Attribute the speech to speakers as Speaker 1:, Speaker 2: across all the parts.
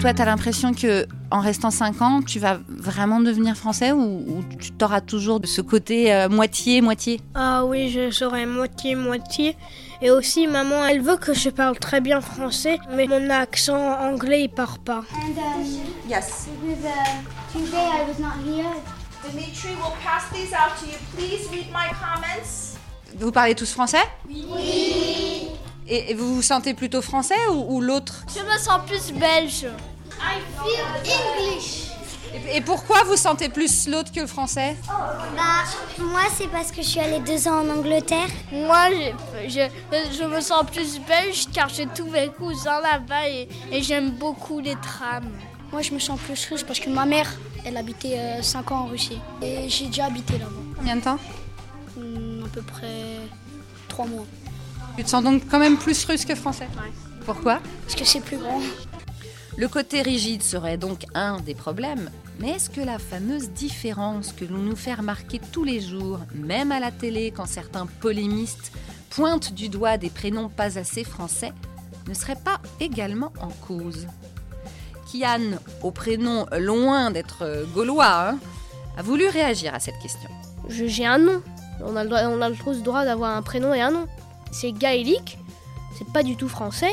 Speaker 1: Toi, tu as l'impression que en restant 5 ans, tu vas vraiment devenir français ou, ou tu t'auras toujours ce côté moitié-moitié
Speaker 2: euh, Ah oui, je serai moitié-moitié. Et aussi, maman, elle veut que je parle très bien français, mais mon accent anglais, il part pas.
Speaker 3: And, um,
Speaker 1: yes.
Speaker 3: Because, uh, Tuesday I was not here.
Speaker 4: Dimitri will pass these out to you. Please read my comments.
Speaker 1: Vous parlez tous français
Speaker 3: Oui.
Speaker 1: Et, et vous vous sentez plutôt français ou, ou l'autre
Speaker 5: Je me sens plus belge.
Speaker 3: I feel English.
Speaker 1: Et, et pourquoi vous sentez plus l'autre que le français
Speaker 6: Bah, moi, c'est parce que je suis allée deux ans en Angleterre.
Speaker 5: Moi, je, je, je me sens plus belge car j'ai tous mes cousins là-bas et, et j'aime beaucoup les trams.
Speaker 7: Moi, je me sens plus russe parce que ma mère, elle habitait euh, 5 ans en Russie. Et j'ai déjà habité là-bas.
Speaker 1: Combien de temps
Speaker 7: Hum, À peu près 3 mois.
Speaker 1: Tu te sens donc quand même plus russe que français
Speaker 7: Ouais.
Speaker 1: Pourquoi
Speaker 7: Parce que c'est plus grand.
Speaker 1: Le côté rigide serait donc un des problèmes. Mais est-ce que la fameuse différence que l'on nous fait remarquer tous les jours, même à la télé quand certains polémistes pointent du doigt des prénoms pas assez français, ne serait pas également en cause Kian, au prénom loin d'être gaulois, hein, a voulu réagir à cette question.
Speaker 8: Je- J'ai un nom. On a le droit, on a tous le droit d'avoir un prénom et un nom. C'est gaélique, c'est pas du tout français.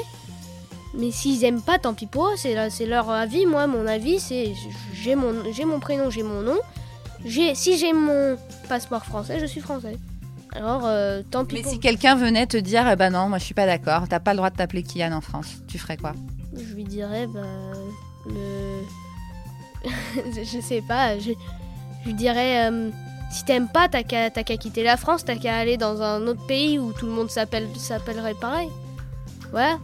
Speaker 8: Mais s'ils aiment pas, tant pis pour eux, c'est la- c'est leur avis. Moi, mon avis, c'est j'ai mon, j'ai mon prénom, j'ai mon nom. J'ai- Si j'ai mon passeport français, je suis français. Alors, euh, tant pis
Speaker 1: Mais
Speaker 8: pour
Speaker 1: si quelqu'un venait te dire, eh ben non, moi je suis pas d'accord, t'as pas le droit de t'appeler Kian en France, tu ferais quoi
Speaker 8: Je lui dirais, bah. Le... je je sais pas, je, je lui dirais, euh, si t'aimes pas, t'as qu'à t'as qu'à quitter la France, t'as qu'à aller dans un autre pays où tout le monde s'appelle s'appellerait pareil. Voilà.